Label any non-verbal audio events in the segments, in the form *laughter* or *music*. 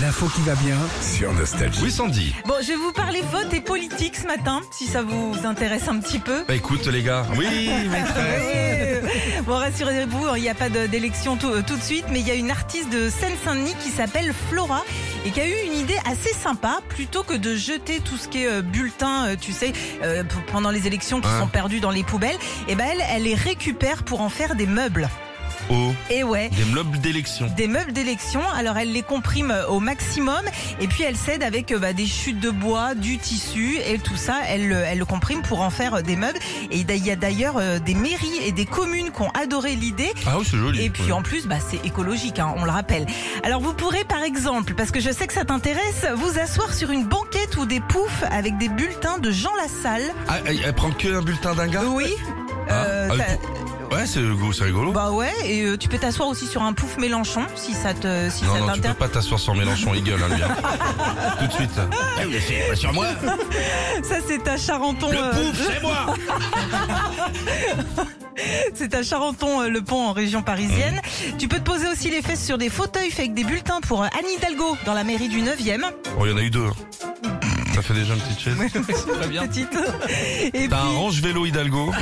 L'info qui va bien. sur Nostalgie. Oui, Sandy. Bon, je vais vous parler vote et politique ce matin, si ça vous intéresse un *laughs* petit peu. Bah écoute, les gars. Oui, maîtresse. Bon, rassurez-vous, il n'y a pas de- d'élection tout, euh, tout de suite, mais il y a une artiste de Seine-Saint-Denis qui s'appelle Flora et qui a eu une idée assez sympa. Plutôt que de jeter tout ce qui est euh, bulletin, euh, tu sais, euh, p- pendant les élections qui Ouais. sont perdus dans les poubelles, et ben elle, elle les récupère pour en faire des meubles. Oh, Et ouais. des meubles d'élection. des meubles d'élection. Alors elle les comprime au maximum et puis elle s'aide avec euh, bah, des chutes de bois, du tissu et tout ça. Elle, le- elle le comprime pour en faire euh, des meubles. Et il y a d'ailleurs euh, des mairies et des communes qui ont adoré l'idée. Ah oui, c'est joli. Et puis en plus, bah, c'est écologique, hein, on le rappelle. Alors vous pourrez par exemple, parce que je sais que ça t'intéresse, vous asseoir sur une banquette ou des poufs avec des bulletins de Jean Lassalle. Ah, elle, elle prend que un bulletin d'un gars Oui. Euh, Ah, Euh, ah, t'as- Ouais, c'est c'est rigolo. bah ouais, et euh, tu peux t'asseoir aussi sur un pouf Mélenchon si ça te si non, ça non, tu t'intéresse. peux pas t'asseoir sur Mélenchon, il gueule, hein, lui. hein. *laughs* Tout de suite. Eh, vous essayez pas sur moi Ça c'est à Charenton. euh, c'est moi *laughs* C'est à Charenton euh, le pont en région parisienne. Mmh. Tu peux te poser aussi les fesses sur des fauteuils faits avec des bulletins pour euh, Anne Hidalgo dans la mairie du 9e. Bon, Oh, il y en a eu deux. Ça fait déjà une petite chaise. *laughs* Petite. Et T'as un puis- range vélo Hidalgo.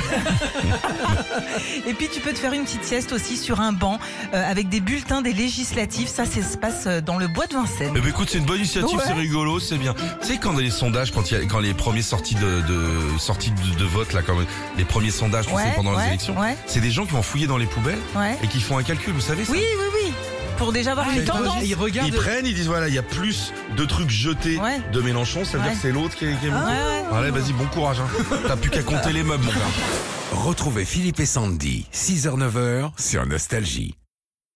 Et puis tu peux te faire une petite sieste aussi sur un banc euh, avec des bulletins des législatives. Ça, ça se passe euh, dans le bois de Vincennes. Eh ben, écoute, c'est une bonne initiative, Ouais. c'est rigolo, c'est bien. Tu sais quand dans les sondages, quand, il y a, quand les premiers sorties de, de sorties de, de vote là, quand les premiers sondages, tu sais, Euh, pendant les ouais, élections, ouais, c'est des gens qui vont fouiller dans les poubelles ouais. et qui font un calcul, vous savez ça Oui, oui, oui. Pour déjà Ah, avoir une il, tendance. re- il regarde. Ils prennent, ils disent voilà, il y a plus de trucs jetés Ouais. de Mélenchon, ça veut Ouais. Ah. dire que c'est l'autre qui est. Qui est Ouais, monté. ouais. Allez, vas-y, bon courage. Hein. T'as plus qu'à compter les meubles, mon gars. Retrouvez Philippe et Sandy, 6h-9h sur Nostalgie.